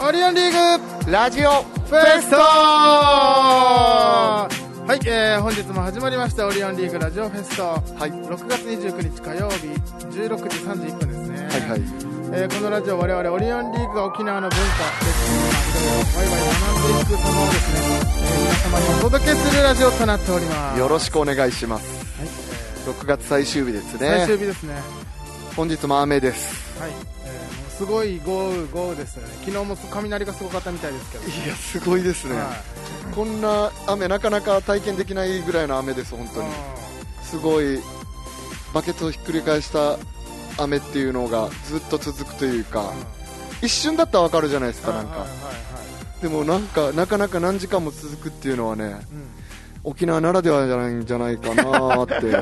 オリオンリーグラジオフェストはい、えー、本日も始まりましたオリオンリーグラジオフェスト、はい、6月29日火曜日16時31分ですね、はいはい、えーこのラジオ我々オリオンリーグが沖縄の文化歴史などをワイワイ学んでいく様をですね、えー皆様にお届けするラジオとなっておりますよろしくお願いしますはい6月最終日です最終ね日ですね、本日も雨ですはい、えーもうすごい豪雨豪雨ですよね昨日も雷がすごかったみたいですけど、いやすごいですね、はいこんな雨なかなか体験できないぐらいの雨です本当にすごいバケツをひっくり返した雨っていうのがずっと続くというか一瞬だったらわかるじゃないですかなんはいかはいはいでもなんかなかなか何時間も続くっていうのはねうん沖縄ならではじゃないんじゃないかなーって な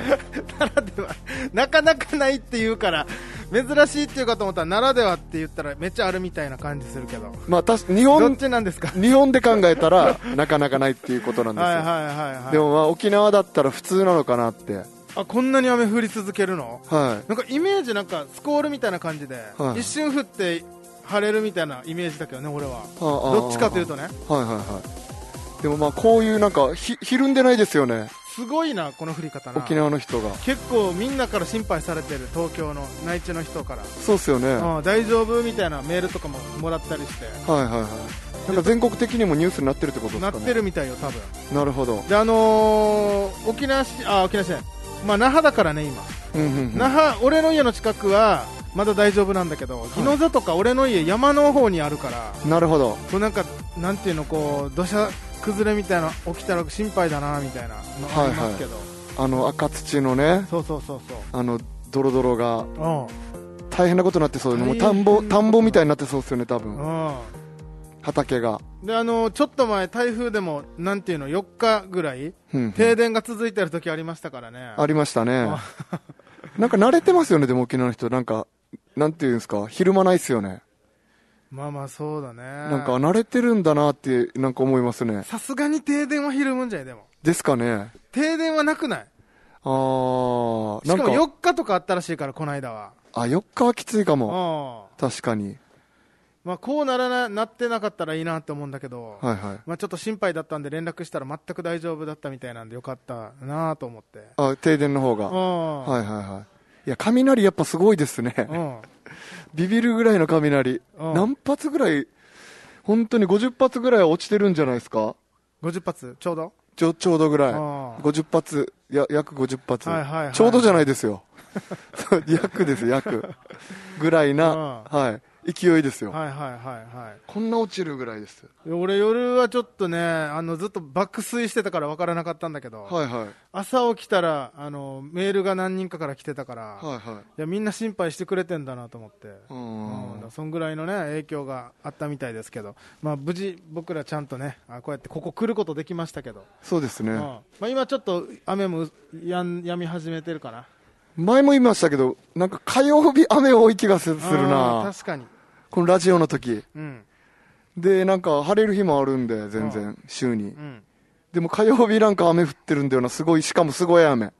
らではなかなかないっていうから珍しいっていうかと思ったらならではって言ったらめっちゃあるみたいな感じするけどまあ確か日どっ本ちなんですか日本で考えたらなかなかないっていうことなんですよ、はいはいはいはいでもまあ沖縄だったら普通なのかなってあこんなに雨降り続けるのはなんかイメージなんかスコールみたいな感じで、はい一瞬降って晴れるみたいなイメージだけどね俺はあああどっちかというとねいはいはいはいでもまあこういうなんかひひるんでないですよねすごいなこの降り方な沖縄の人が結構みんなから心配されてる東京の内地の人から、そうっすよねはうん大丈夫みたいなメールとかももらったりしていはいはいなんか全国的にもニュースになってるってことですなかっねてるみたいよ多分なるほどであのー沖縄市あ沖縄市じゃないまあ那覇だからね今、うんうんうん那覇俺の家の近くはまだ大丈夫なんだけど宜野座とか俺の家山の方にあるからなるほどこうなんかなんていうのこう土砂崩れみたいなの起きたら心配だなみたいなのありますけど、あの赤土のねそうそうそうそうあのドロドロがうん大変なことになってそうでもう田ん大ぼ変田んぼみたいになってそうですよね多分うん畑がであのーちょっと前台風でもなんていうの4日ぐらいうんうん停電が続いてる時ありましたからねありましたねあ。 なんか慣れてますよね、でも沖縄の人。なんか、なんていうんですか、ひるまないっすよね。まあまあそうだねなんか慣れてるんだなって、なんか思いますね。さすがに停電はひるむんじゃないでもですかね。停電はなくないあー、しなかもんか、 4日とかあったらしいからこの間はあ、4日はきついかも。う確かに。ん、まあ、こうならななってなかったらいいなって思うんだけど、はいはい。まあ、ちょっと心配だったんで連絡したら全く大丈夫だったみたいなんでよかったなと思ってあ、停電の方うが。ん、はいはいはい。いや、雷やっぱすごいですね。うん、ビビるぐらいの雷。うん何発ぐらい、本当に50発ぐらいは落ちてるんじゃないですか50発ちょうどちょちょうどぐらい、あー50発、や約50発、はいはいはいちょうどじゃないですよ、 そう約です、約ぐらいな、はい、勢いですよ、はいはいはいはいこんな落ちるぐらいです、俺夜はちょっとねあのずっと爆睡してたから分からなかったんだけど、はいはい、朝起きたらあのメールが何人かから来てたから、いはいはい、やみんな心配してくれてんだなと思って、ううんだかんら、そんぐらいのね影響があったみたいですけど、まあ、無事、僕らちゃんとねあこうやってここ来ることできましたけど、そうですうんね、まあ、今ちょっと雨もやんやみ始めてるかな前も言いましたけど、なんか火曜日、雨多い気がすするう、なん確かに、このラジオの時うんで、なんか晴れる日もあるんで、全然、週う、にん、でも火曜日なんか雨降ってるんだよな、すごい、しかもすごい雨、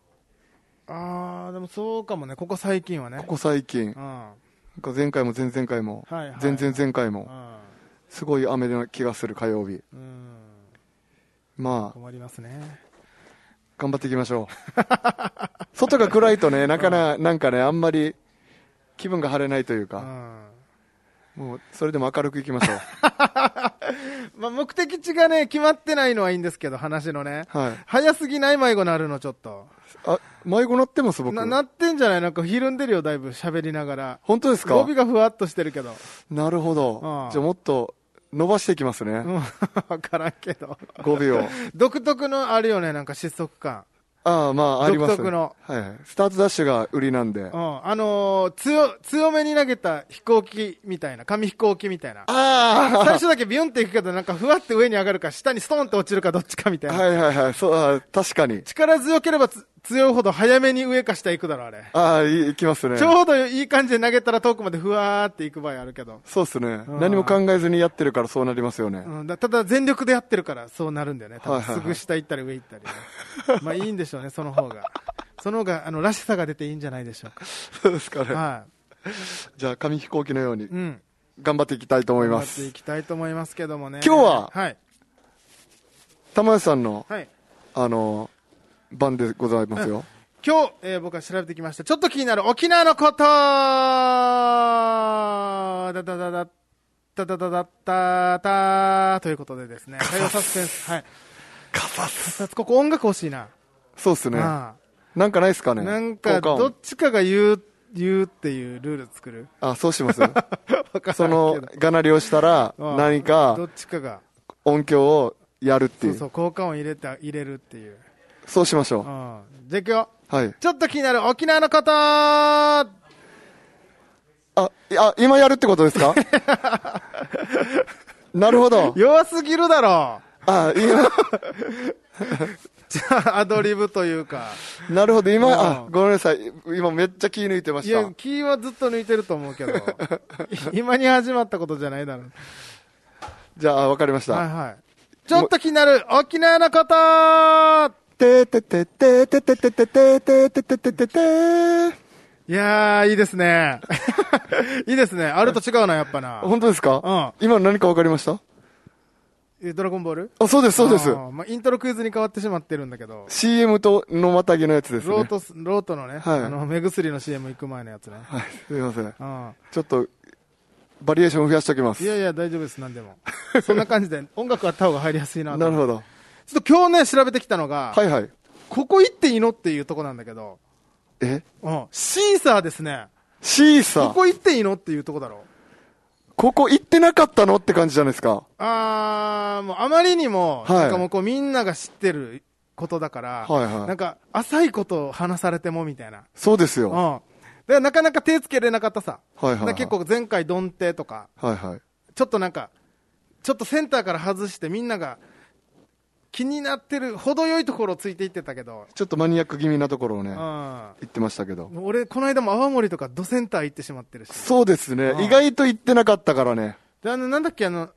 あーでもそうかもねここ最近はねここ最近、うなんんか前回も前々回もはいはい、前々前回もう。んすごい雨な気がする火曜日。うん、まあ、困りますね頑張っていきましょう。 外が暗いとね、なかななんかね、あんまり気分が晴れないといううか、んもうそれでも明るくいきましょ う。まあ、目的地がね決まってないのはいいんですけど話のね、はい。早すぎない迷子なるのちょっとあ、迷子なってます、僕。ななってんじゃないなんかひるんでるよだいぶ喋りながら本当です語か尾がふわっとしてるけど、なるほどう。んじゃあもっと伸ばしていきますうね。ん、 分からんけど語尾 を。独特のあるよねなんか失速感、ああ、まあ、ありま独す、特のはいはい。スタートダッシュが売りなんでう。ん、あのー強強めに投げた飛行機みたいな紙飛行機みたいな最あ初だけビュンっていくけどなんかふわって上に上がるか下にストンって落ちるかどっちかみたあ、いな、はいはいはい。そう、あー確かに。力強ければつ強いほど早めに上か下行くだろあれああ、いいきますね。ちょうどいい感じで投げたら遠くまでふわーっていく場合あるけど、そうですね。うん何も考えずにやってるからそうなりますよね。うん、だただ全力でやってるからそうなるんだよね多はい分はいはすいぐ下行ったり上行ったりね、まあいいんでしょうねその方がその方があのらしさが出ていいんじゃないでしょう そうですかねか。はじゃあ紙飛行機のようにい、うん頑張っていきたいと思いまやっていす。きたいと思いますけどもね。今日ははい。玉井さんの、はい。あの、番でございますよ。今日、えー僕は調べてきました。ちょっと気になる沖縄のことだだだだだだだだだだということでですね。火曜サスペンス。はい。カサス。さあここ音楽欲しいな。そうっすね。あなんかないっすかあね。なんか、効果音どっちかが言う、言うっていうルール作る。あ、そうしま すからんけどその、がなりをしたら、うん何かどっちかが、音響をやるってそいうう。そそうう、効果音入れた、入れるっていう。しましうん。ょじゃあいくよ。う。はい。ちょっと気になる沖縄のことはあ、いあ、今やるってことで すかなるほど。弱すぎるだろあ、今、 じゃあ、アドリブというか。なるほど。今、あう、んごめんなさい。今めっちゃ気抜いてまいしやた、。気はずっと抜いてると思うけ ど。今に始まったことじゃないだろじゃあ、わかりましう。はいた。はい。ちょっと気になる沖縄のことててててててててててててててていやー、いいですね。 いいですね。あると違うな、やっぱ な。本当ですか今何かわかりましたえドラゴンボールあ、そうです、そうですあ。ーまあ、イントロクイズに変わってしまってるんだけど。 CM とのまたぎのやつですローね。トス、ロートのね、はいあの、目薬の CM 行く前のやつね。はい、すみません。うん。ちょっと、バリエーション増やしておきまいす。やいや、大丈夫です、なん でも。そんな感じで、音楽あった方が入りやすいなとなるほど。ちょっと今日ね、調べてきたのが、はいはい。ここ行っていいのっていうとこなんだけど、えうん。シーサーですね。シーこサー。こ行っていいのっていうとこだろ。ここ行ってなかったのって感じじゃないですか。あー、もうあまりにも、はいなんかもうこうみんなが知ってることだから、はいはいなんか浅いことを話されてもみたいな。そうですうん。だよ。からなかなか手つけれなかったさ。はいはいはいだから結構前回ドンテとか、はいはい。ちょっとなんか、ちょっとセンターから外してみんなが気になってる程よいところをついていってたけど、ちょっとマニアック気味なところをね、う言ん。ってましたけど。俺、この間も泡盛とかドセンター行ってしまってるし。そうですうんね。意外と行ってなかったからね。であの、なんだっけ、あの、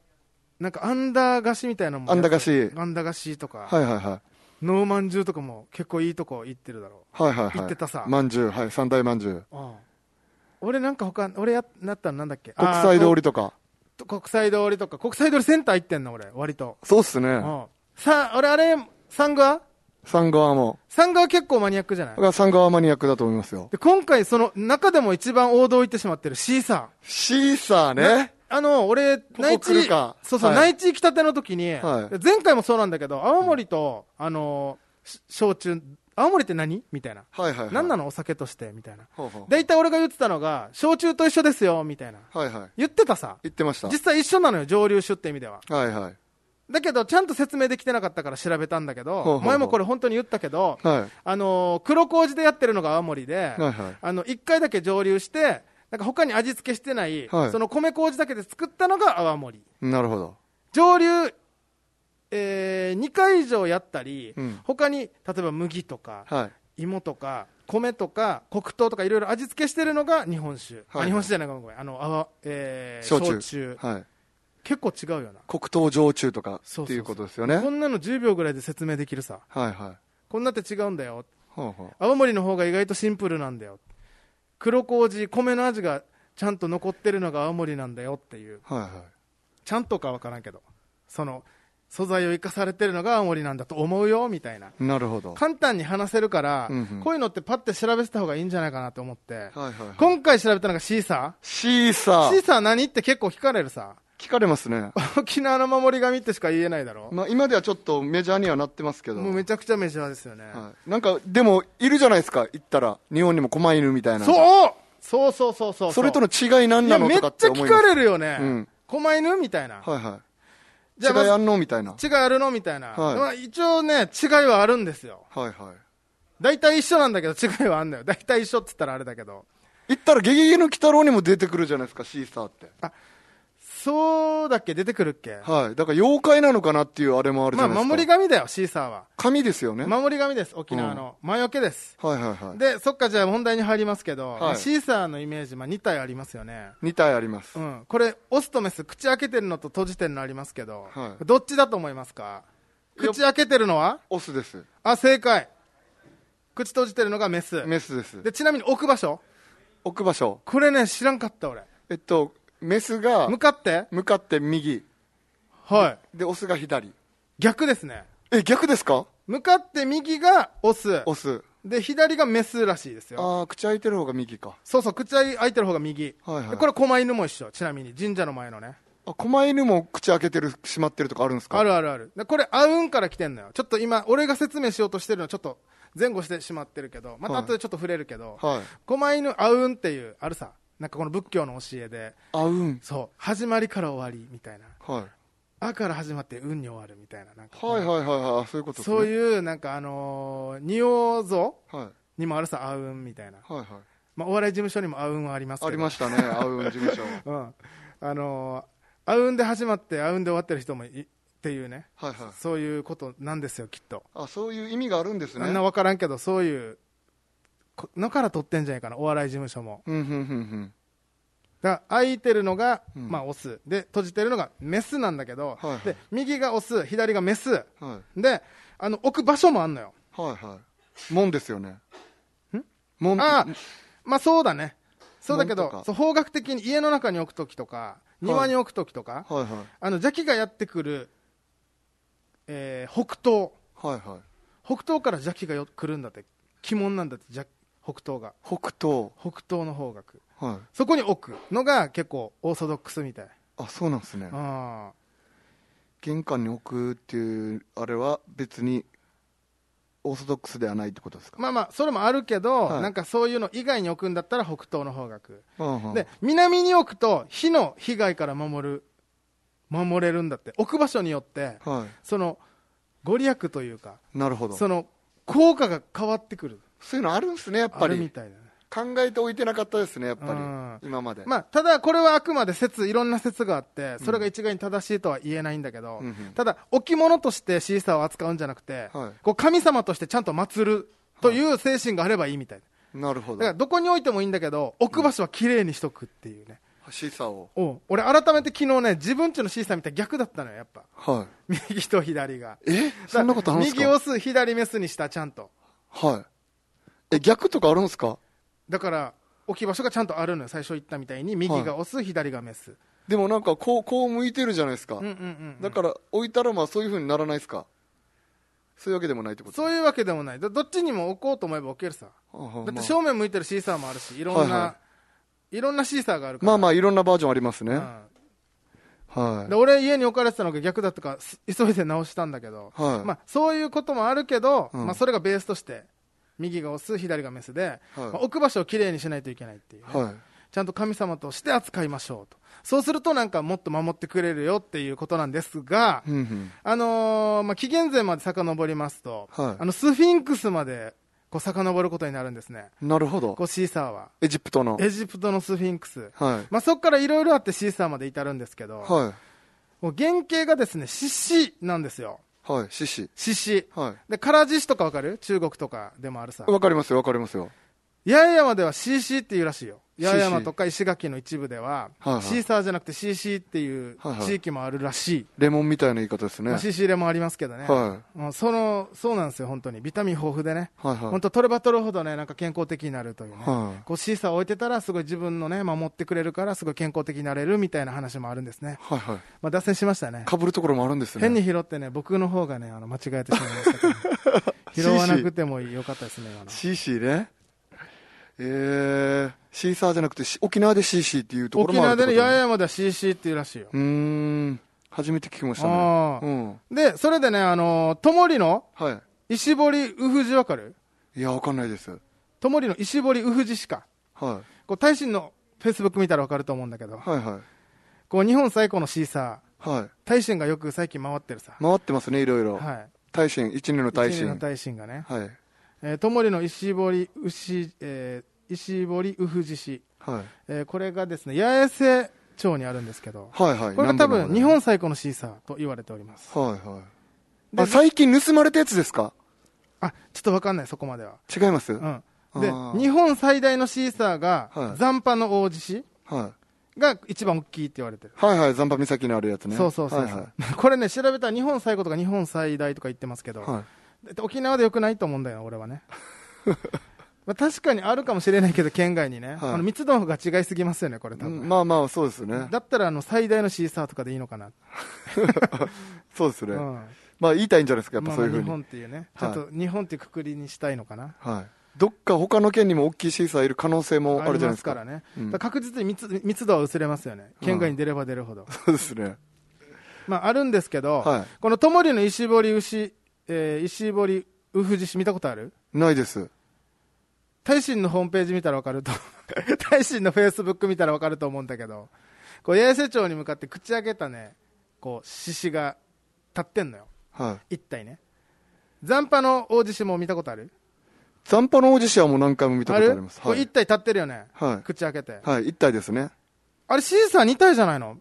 なんかアンダー菓子みたいなのも。アンダ菓子アンダ菓子とか、はいはいはい。ノーマンジュとかも結構いいとこ行ってるだろはいはいはい。行ってたさまんじゅう。はい。三大まんじゅう。う。うん。俺なんか他、俺や、なったのなんだっけ国際通りとか。り。国際通りとか、国際通りセンター行ってんの俺、割と。そうっすうね。ん。さ、俺あれ、サンガ三側も。サンガは結構マニアックじゃないだから三側マニアックだと思いますよ。で、今回その中でも一番王道行ってしまってるシーサシーサーー。なね。あの、俺、内来地、るかそうそう、はい内地行きたての時に、はい前回もそうなんだけど、青森と、あのー、し焼酎、青森って何みたいな。はいはいはい。何なののお酒としてみたいな。ほうほう大体俺が言ってたのが、焼酎と一緒ですよ、みたいな。はいはい。言ってたさ。行ってました。実際一緒なのよ、蒸留酒って意味では。はいはい。だけど、ちゃんと説明できてなかったから調べたんだけほうほうど、ほう前もこれ本当に言ったけど、はい。あのー黒麹でやってるのが青森で、はいはいあの1回だけ蒸留して、なんか他に味付けしてない、はいその米麹だけで作ったのが青森。なるほど。蒸留、え2回以上やったり、うん他に例えば麦とか、はい。芋とか、米とか、黒糖とかいろいろ味付けしてるのが日本酒。はいはいあ日本酒じゃないごめんごめん。あの、泡、えー、焼酎。焼酎はい。結構違うよな。黒糖焼酎とかそうそうそうっていうことですよね。こんなの10秒ぐらいで説明できるさ。はいはい。こんなって違うんだよ。ほうほう。泡盛の方が意外とシンプルなんだよ黒麹米の味がちゃんと残ってるのが泡盛なんだよっていうはいはい。ちゃんとかわからんけどその素材を生かされてるのが泡盛なんだと思うよみたいななるほど。簡単に話せるから、うんうんこういうのってパッて調べてた方がいいんじゃないかなと思って、はいはいはい。今回調べたのがシーサシーーサシーー。サー何って結構聞かれるさ聞かれますね。沖縄の守り神ってしか言えないだろ、まあ今ではちょっとメジャーにはなってますけど。もうめちゃくちゃメジャーですよね、はい、なんか、でも、いるじゃないですか。行ったら。日本にも狛犬みたいな。そうそうそうそうそうそれとの違いなんいなやのめっとちかゃって思い聞ます。かれるよね、うん狛犬みたいな、はいはい。じゃあ違いあまんのみたいな。はず違いあるのみたいな、はいまあ、一応ね違いはあるんですよいはい。大体一緒なんだけど違いはあるんだよ大体一緒って言ったらあれだけど行ったら、ゲゲゲの鬼太郎にも出てくるじゃないですか、シーサーって。そうだっけ出てくるっけはい。だから、妖怪なのかなっていうあれもあるじまゃあないですか。守り神だよシーサーは神ですよね。はい守り神です沖縄の、魔除けですはいはい。でそっかじゃあ問題に入りますけど、いまあシーサーのイメージ、まあ、2体ありますよね2体ありますう。ん、これオスとメス口開けてるのと閉じてるのありますけど、はいどっちだと思いますかいや口開けてるのはオスです。あ正解口閉じてるのがメスメスです。でちなみに置く場所置く場所。これね知らんかった俺えっと、メスが向かって向かって右はいでオスが左逆ですねえ逆ですか向かって右がオスオスで左がメスらしいですよああ口開いてる方が右かそうそう口開いてる方が右、はいはいでこれ狛犬も一緒ちなみに神社の前のねあ狛犬も口開けてる閉まってるとかあるんですかあるあるあるでこれあうんから来てんのよちょっと今俺が説明しようとしてるのちょっと前後してしまってるけどまたはい後でちょっと触れるけど、はい狛犬あうんっていうあるさなんかこの仏教の教えであうんそう始まりから終わりみたいなはいあから始まって運に終わるみたいななんか、はいはいはいはいあそういうことですねそういうなんかあのー仁王像はいにもあるさあうんみたいな、はいはいまあ、お笑い事務所にもあうんはありますけどありまし たねあうん事務所うんあのーあうんで始まってあうんで終わってる人もいっていうねはいはいそういうことなんですよきっとあそういう意味があるんですねあんな分からんけどそういうこのから取ってんじゃないかなお笑い事務所もうんうんうんだから開いてるのが、うんまあ、オスで閉じてるのがメスなんだけど、はいはいで右がオス左がメスうんはいであの置く場所もあんのよはいはい門ですよね門ああまあそうだねそうだけ門とどかそう方角的に家の中に置く時とか庭に置く時とか、はいはいあの邪気がやってくる、えー北東はいはい北東から邪気がよ来るんだって鬼門なんだって邪北東が北東北東の方角はいそこに置くのが結構オーソドックスみたい、あそうなんですねあ玄関に置くっていうあれは別にオーソドックスではないってことですーか、まあまあそれもあるけど、はいなんかそういうの以外に置くんだったら北東の方角、うんうんで南に置くと火の被害から守る守れるんだって置く場所によってはそのご利益というかいなるほどそその効果が変わってくるういうのあるんですねやっあぱるみりたいなね考えておいてなかったですねやっうんぱり今まで、まあ、ただこれはあくまで説いろんな説があってそれが一概に正しいとは言えないんだけど、うんうんただ置物としてシーサーを扱うんじゃなくて、はいこう神様としてちゃんと祀るという精神があればいいみたいな、なるほだからどどこに置いてもいいんだけど置く場所は綺麗にしとくっていうね、示唆をおう俺改めて昨日ね自分ちのシーサー見たら逆だったのよやっぱは右と左がいえそんなことあるんです右かオス左メスにしたちゃんとはいえ逆とかあるんですかだから置き場所がちゃんとあるのよ最初言ったみたいに右がオス、左がメスでもなんかこうこう向いてるじゃないですか、うんうんうんだから置いたらまあそういうふうにならないですかそういうわけでもないってことそういうわけでもないだどっちにも置こうと思えば置けるさだって正面向いてるシーサーもあるしいろんな、はいいはろんなシーサーがあるからまあまあいろんなバージョンありますね、うんはいで俺家に置かれてたのが逆だったからす急いで直したんだけど、はいまあ、そういうこともあるけど、うんまあ、それがベースとして右がオス左がメスで、まあ置く場所をきれいにしないといけないっていうね、はいちゃんと神様として扱いましょうとそうするとなんかもっと守ってくれるよっていうことなんですが、うんうんあのーまあ、紀元前まで遡りますと、はいあのスフィンクスまでこう遡ることになるんですねなるほどこうシーサーはエジプトのエジプトのスフィンクス、はいまあ、そこからいろいろあってシーサーまで至るんですけど、はもう原型がですね獅子なんですよいはい獅子獅子はで唐獅子とかわかる中国とかでもあるさいわかりますよわかりますよ八重山では獅子っていうらしいよ獅子八重山とか石垣の一部では、はいはいシーサーじゃなくて獅子っていうはいはい地域もあるらしい、レモンみたいな言い方ですねまはあ、い CC 入れもありますけどね、はもうそのそうなんですよ本当にビタミン豊富でねはい本は当取れば取るほどねなんか健康的になるというね、はいこうシーサーを置いてたらすごい自分のね守ってくれるからすごい健康的になれるみたいな話もあるんですね、いはいまあ、脱線しましたねかぶるところもあるんですね変に拾ってね僕の方がねあの間違えてしまいましたけ ど拾わなくてもよかったですね今のシーシーねえー、シーサーじゃなくてし沖縄でシーシーっていうところ沖もある縄ってでこねとね八重山では CC っていうらしいようーん初めて聞きましたあねーうんでそれでねあのともりのは石堀宇富士わかるいいやわかんないですともりの石堀宇富士しかはこう大臣のフェイスブック見たら分かると思うんだけどい、はいはいこう日本最古のシーサはいー、大臣がよく最近回ってるさ、回ってますねいろいろ、はい、大臣一年の大一年の臣大臣がね、はいえー、ともりの石堀牛、えー、石堀宇富士市、はいえーこれがですね八重瀬町にあるんですけど、はいはいこれが多南部の方分で日本最古のシーサーと言われております。はいはいであ最近盗まれたやつですかあちょっと分かんない、そこまでは。違います、うんであー日本最大のシーサーが、はい残波の大地市はいが一番大きいって言われてる、はいはい、残波岬のあるやつね。そうそうそうそう、はいはいこれね調べたら日本最古とか日本最大とか言ってますけど、はい で沖縄でよくないと思うんだよな俺はねまあ、確かにあるかもしれないけど、県外にね、はいあの密度が違いすぎますよね、これ、多う分、んまあまあ、そうですね。だったらあの最大のシーサーとかでいいのかな、そうですね。うんまあ、言いたいんじゃないですか、やっぱまあそういうふう日に。本っていうね、ちょはいっと日本っていうくくりにしたいのかな、はい。どっか他の県にも大きいシーサーいる可能性もああるりじゃまないですすか。からね、うんだから確実に密密度は薄れますよね、県外に出れば出るほど、そうですね。まあ、あるんですけど、はこのともりの石堀牛、えー石堀宇富士市、見たことあるい。ないです。大臣のホームページ見たら分かると 大臣のフェイスブック見たら分かると思うんだけどこう八重瀬町に向かって口開けたねこう獅子が立ってんのよはい。一体ね残波の大獅子も見たことある残波の王子氏はもう何回も見たことあります。こはう一い。体立ってるよね、はい。口開けて、はい。一体ですね。あれシーサー2体じゃないの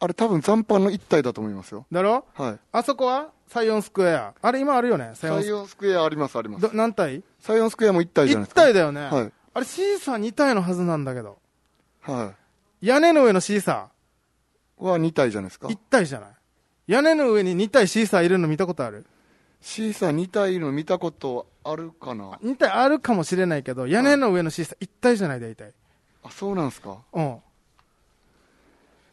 あれ多分残波の一体だと思いますよ。だろはい。あそこはサイオンスクエアあれ今あるよねサイオサンスイクオンスクエアあります、あります。ど何体サイオンスクエアも一体じゃない一ですか。体だよね、はいあれシーサー2体のはずなんだけどは屋根の上のシーサい。は二体じゃないですかー1。体じゃない屋根の上に2体シーサーいるの見たことあるシーサー二体いるの見たことあるかな2体あるかもしれないけど屋根の上のシーサー1体じゃない大体あ、そうなんですかうん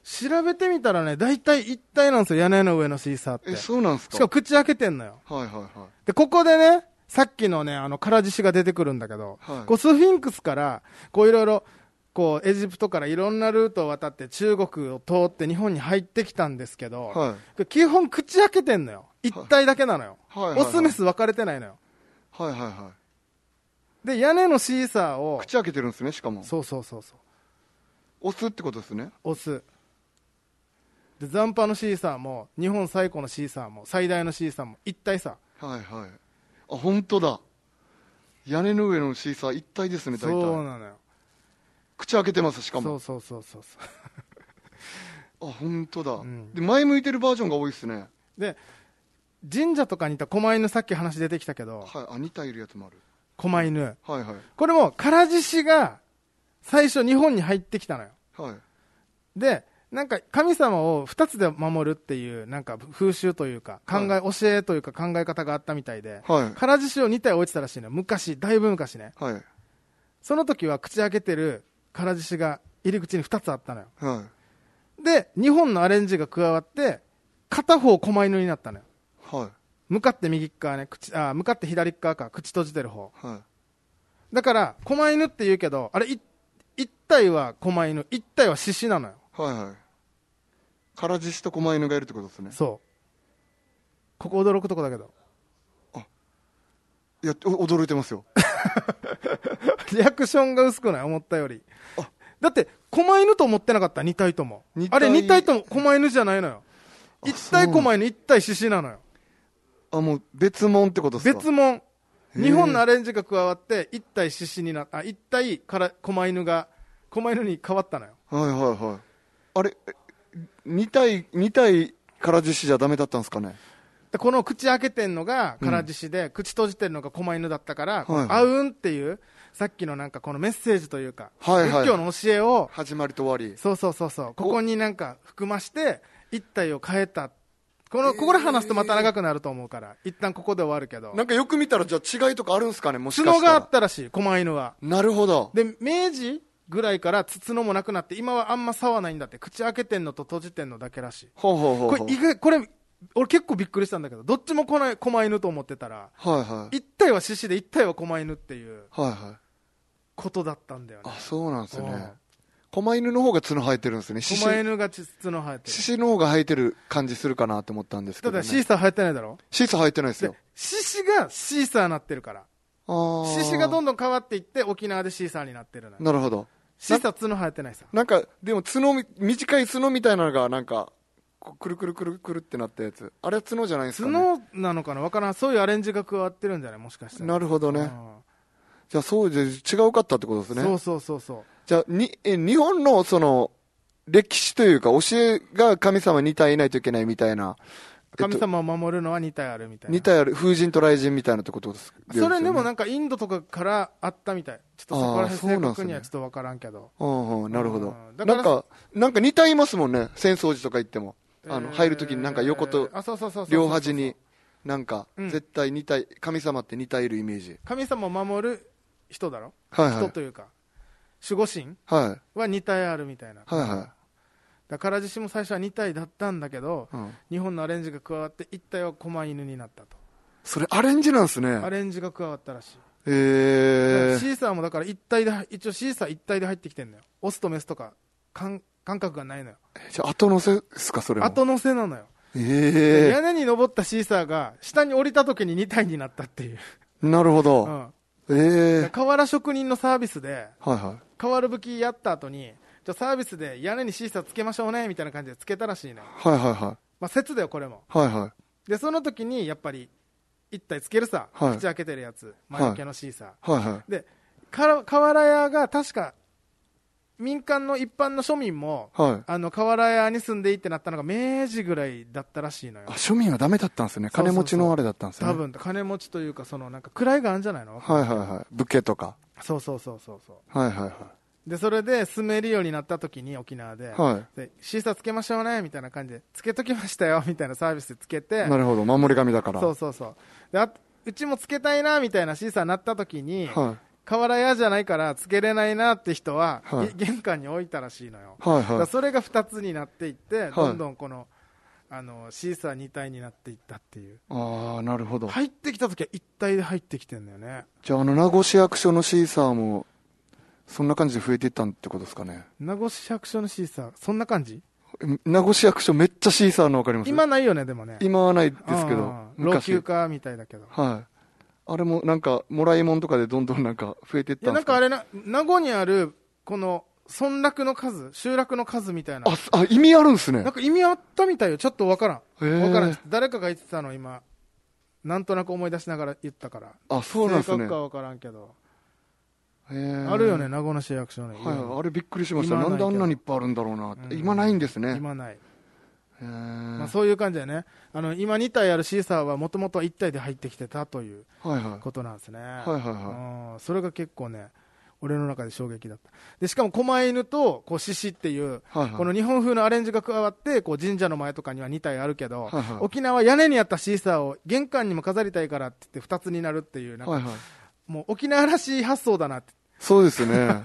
調べてみたらね大体1体なんですよ屋根の上のシーサーっえ、てしそうなんですかかも口開けてんのよはいはいはい。でここでねさっきのねあの唐獅子が出てくるんだけど、はいこうスフィンクスからこういろいろこうエジプトからいろんなルートを渡って中国を通って日本に入ってきたんですけど、はい基本口開けてんのよ一体だけなのよ、はいはいはいオスメス分かれてないのよはいはいはい。で屋根のシーサーを口開けてるんですね、しかも。そうそうそうそう押すってことですね。オスで残波のシーサーも日本最古のシーサーも最大のシーサーも一体さはいはい。あ、本当だ。屋根の上のシーサー一体ですね、大そう体。なのよ口開けてます、しかそもう。そうそうそうそうあ、本当だ、んで、前向いてるバージョンが多いですね。で神社とかにいた狛犬さっき話出てきたけどはい。あ、二体いるやつもある。狛犬はいはい。これも唐獅子が最初日本に入ってきたのよはい。でなんか神様を2つで守るっていうなんか風習というか考え、は教えというか考え方があったみたいではい。唐獅子を2体置いてたらしいのよ昔だいぶ昔ねはい。その時は口開けてる唐獅子が入り口に2つあったのよはい。で日本のアレンジが加わって片方狛犬になったのよはい。向かって右っ側ね口あ向かって左っ側か口閉じてる方はい。だから狛犬って言うけどあれい一体は狛犬一体は獅子なのよはいはい。唐獅子と狛犬がいるってことですね。そうここ驚くとこだけど いや、お驚いてますよ。リアクションが薄くない思ったよりだって狛犬と思ってなかった2体とも二体あれ2体とも狛犬じゃないのよあ一体狛犬一体獅子なのよあ、もう別物ってことですか別物へえ日本のアレンジが加わって一体獅子になあ一体から狛犬が狛犬に変わったのよはいはいはい。あれ、え二体、二体唐獅子じゃダメだったんですかねでこの口開けてんのが唐獅子で、口閉じてんのが狛犬だったから、こはいのあうんっていうさっきのなんかこのメッセージというか、はいはい仏教の教えを始まりと終わり。そうそうそうそうここになんか含まして一体を変えたこのここで話すとまた長くなると思うから一旦ここで終わるけどなんかよく見たらじゃあ違いとかあるんですかねもしか角したがあっら。たらしい狛犬はなるほど。で明治ぐらいから筒のもなくなって今はあんま差はないんだって口開けてんのと閉じてんのだけらしいほうほうほうこほれう。意外これ俺結構びっくりしたんだけどどっちもこない狛犬と思ってたらはいはい。一体は獅子で一体は狛犬っていうはいはい。ことだったんだよねあ、そうなんですうねん。狛犬の方が角生えてるんですね。獅狛子、犬が筒の生えてる獅子の方が生えてる感じするかなって思ったんですけたど、ね。だシーサー生えてないだろシーサ生えてないですでよ。獅子がシーサーになってるからあー獅子がどんどん変わっていって沖縄でシーサーになってるのよなるほど。シーサー角生えてないさなんか、でも角み、短い角みたいなのが、なんか、こうくるくるくるくるってなったやつ。あれは角じゃないですか、ね。角なのかなわからんそういうアレンジが加わってるんじゃないもしかしたらなるほどね。じゃあ、そうで、違うかったってことですうんね。そうそうそうそうじゃあ、に、え、日本の、その、歴史というか、教えが神様に体いないといけないみたいな。えっ神と様を守るのは2体あるみたいな似たやる風神と雷神みたいなってことですそれでもな。なんかインドとかからあったみたいちょっとそこら辺正確にはちょっとわからんけどうんうん、なるほどあ。ーだかならんか、なんか似たいますもんね。浅草寺とか行っても。あの、えー入るときになんか横とあそうそうそうそう両端に、なんか、うん絶対似たい、神様って似たいるイメージ。神様を守る人だろ、はいはい人というか守護神はいは2体あるみたいな、はいはだから獅子も最初は2体だったんだけどい、うん、日本のアレンジが加わって1体は狛犬になったと、それアレンジなんすねアレンジが加わったらしいえだからー、シーサーもだから1体で一応シーサー1体で入ってきてんのよオスとメスとか感感覚がないのよじゃあ後乗せっすかそれも後乗せなのよ、でえ屋根に登ったシーサーが下に降りた時に2体になったっていう、ー、なるほうど、ん、ええだから瓦職人のサービスではいはい瓦拭きやった後にじゃあサービスで屋根にシーサーつけましょうねみたいな感じでつけたらしいのよ、はいはいはまあ、説だよこれもいはいはいでその時にやっぱり1体つけるさ、はい口開けてるやつ魔除けのシーサー、はいはいでか瓦屋が確か民間の一般の庶民もはいあの瓦屋に住んでいいってなったのが明治ぐらいだったらしいのよあ庶民はダメだったんですねそうそうそ金う持ちのあれだったんですね多分金持ちというかそのなんか位があるんじゃないの、はいはいはい武家とかそうそうそうそうそはいはいはいうでそれで住めるようになった時に沖縄で,、はでシーサーつけましょうねみたいな感じでつけときましたよ みたいなサービスでつけてなるほど守り神だからそうそうそうであうちもつけたいなみたいなシーサーになった時に、はい瓦屋じゃないからつけれないなって人は、はいい玄関に置いたらしいのよ、はいだかはらいそれが2つになっていって、いどんどんこのあのシーサー2体になっていったっていうああなるほど入ってきた時は1体で入ってきてんだよねじゃああの名護市役所のシーサーもそんな感じで増えていったってことですかね名護市役所のシーサーそんな感じえ名護市役所めっちゃシーサーのわかります今ないよねでもね今はないですけどうん老昔朽化みたいだけどはいあれもなんかもらいもんとかでどんどんなんか増えていっいたやんなんですかかあれな名護にあるこの村落の数集落の数みたいなあすあ意味あるんすねなんか意味あったみたいよちょっとわからへんーわからんちょっと誰かが言ってたの今なんとなく思い出しながら言ったからあそうなんで正すね確かわからんけどああるよね名護の市役所ねはいはい、あれびっくりしました。今なはないけんでどあんなにいっぱいあるんだろうなって。うん今ないんですね。今ない、へーまあ、そういう感じだよねあの今2体あるシーサーはもともと1体で入ってきてたというはいはい。ことなんですね、いはいはうんそれが結構ね俺の中で衝撃だったでしかも狛犬とこう獅子っていう、はいはい。この日本風のアレンジが加わってこう神社の前とかには2体あるけど、はいはい沖縄は屋根にあったシーサーを玄関にも飾りたいからって言って2つになるっていうなんか、はいはい。もう沖縄らしい発想だなってそうで すね。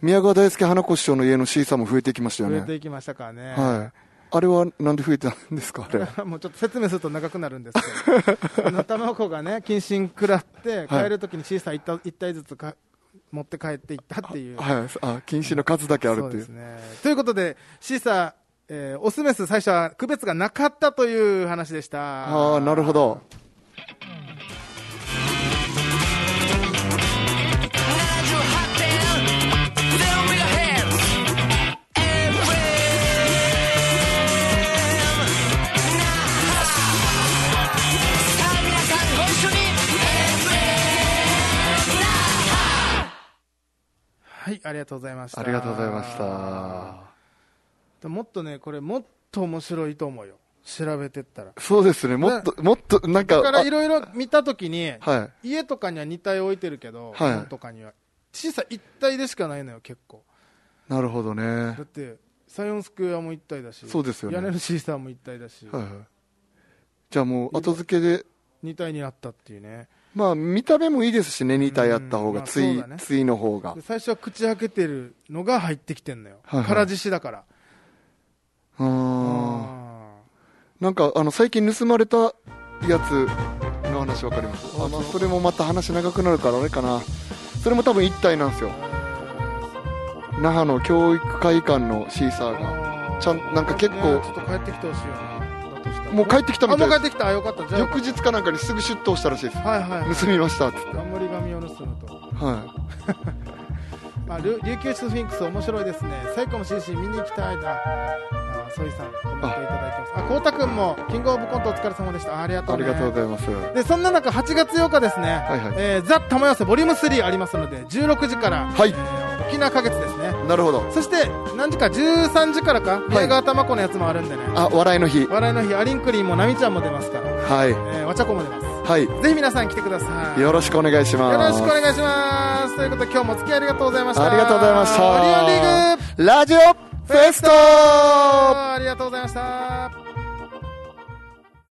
宮川大輔花子師匠の家のシーサーも増えてきましたよ増ね。えていきましたからね、はい。あれはなんで増えたんですかあ れ。もうちょっと説明すると長くなるんですけど、あの卵がね、謹慎食らって、はい帰るときに小さい一体ずつか持って帰っていったっていう。はい。あ、禁止の数だけあるそっうていでう。すね。ということで、シーサー、えーオスメス最初は区別がなかったという話でした。ああ、なるほど。はい、ありがとうございました。ありがとうございました。はた。もっとね、これもっと面白いと思うよ。調べてったら。いそうですね。もっと、もっと、なんか、だからあいろいろ見たときに、はい。家とかには2体置いてるけど、はい本とかには。小さい1体でしかないのよ、結構。なるほどね。はいだってサイオンスクエアも一体だしそうですよね屋根のシーサーも一体だし、はい。じゃあもう、後付けで、二体になったっていうねまあ見た目もいいですしね、2体あった方うが、んつまあいそうだね、ついの方がで。最初は口開けてるのが入ってきてんのよはいはいから獅子だからう。うんなんか、あの、最近盗まれたやつの話わかりますあ、まあ、それもまた話長くなるからあれかな。それも多分1体なんですよ。那覇の教育会館のシーサーが。ちゃんなんか結構ねちょっと帰ってきてほしいよなだとしたらもう帰ってきたみたあいもうで帰ってきたあよかったじす。ゃあよか翌っ日かなんかにすぐ出頭したらしいでたはいはいはい す。盗みましたっつって。冠紙を盗むとはありゅ琉球スフィンクス面白いですね最古もシーシー見に行きたいだあソイさんコメントいただいてますあこうたくんもキングオブコントお疲れ様でしたあありがい。とあうねりがとうございます。でそんな中8月8日ですね、はいはいえーザ・玉寄せボリューム3ありますので16時から、はいえー沖縄花月ですねなるほど。そして何時か13時からか宮川玉子のやつもあるんでね、あ、笑いの日。笑いの日アリンクリンもナミちゃんも出ますから、はい。えー、わちゃこも出ますはい。ぜひ皆さん来てくださいよろしくお願いします。よろしくお願いしますということで今日もお付き合いありがとうございましたありがとうございましオリオンリーグた。ラジオフェストありがとうございました